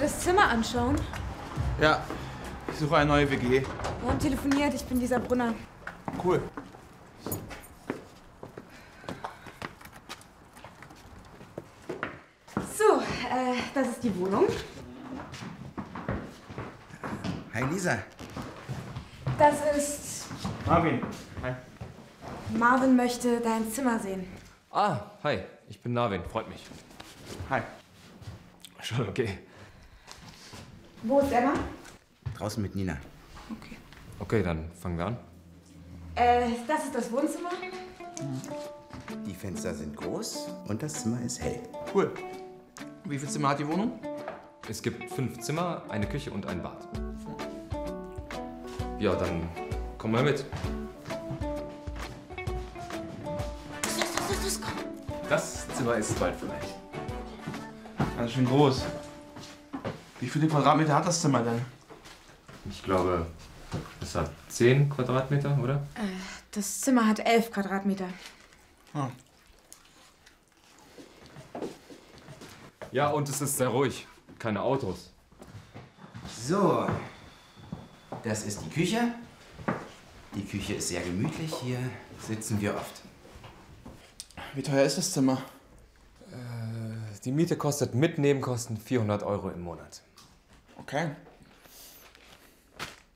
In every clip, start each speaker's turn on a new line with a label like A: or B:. A: das Zimmer anschauen?
B: Ja, ich suche eine neue WG.
A: Warum telefoniert? Ich bin Lisa Brunner.
B: Cool.
A: So, äh, das ist die Wohnung.
C: Hi Lisa.
A: Das ist.
B: Marvin. Hi.
A: Marvin möchte dein Zimmer sehen.
D: Ah, hi, ich bin Narwin, freut mich.
B: Hi.
D: Schon okay.
A: Wo ist Emma?
C: Draußen mit Nina.
A: Okay.
D: Okay, dann fangen wir an.
A: Äh, das ist das Wohnzimmer.
C: Die Fenster sind groß und das Zimmer ist hell.
B: Cool. Wie viel Zimmer hat die Wohnung?
D: Es gibt fünf Zimmer, eine Küche und ein Bad. Ja, dann komm mal mit.
A: Los, los, los, los, komm.
D: Das Zimmer ist bald für mich.
B: Ganz schön groß. Wie viele Quadratmeter hat das Zimmer denn?
D: Ich glaube, es hat zehn Quadratmeter, oder?
A: Das Zimmer hat elf Quadratmeter.
B: Ah,
D: Ja, und es ist sehr ruhig. Keine Autos.
C: So, das ist die Küche. Die Küche ist sehr gemütlich. Hier sitzen wir oft.
B: Wie teuer ist das Zimmer?
D: Die Miete kostet mit Nebenkosten 400 Euro im Monat.
B: Okay.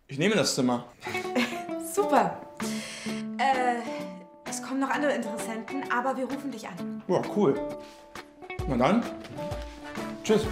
B: Ich nehme das Zimmer.
A: Super. Äh, es kommen noch andere Interessenten, aber wir rufen dich an.
B: Ja, cool. Na dann. Tschüss.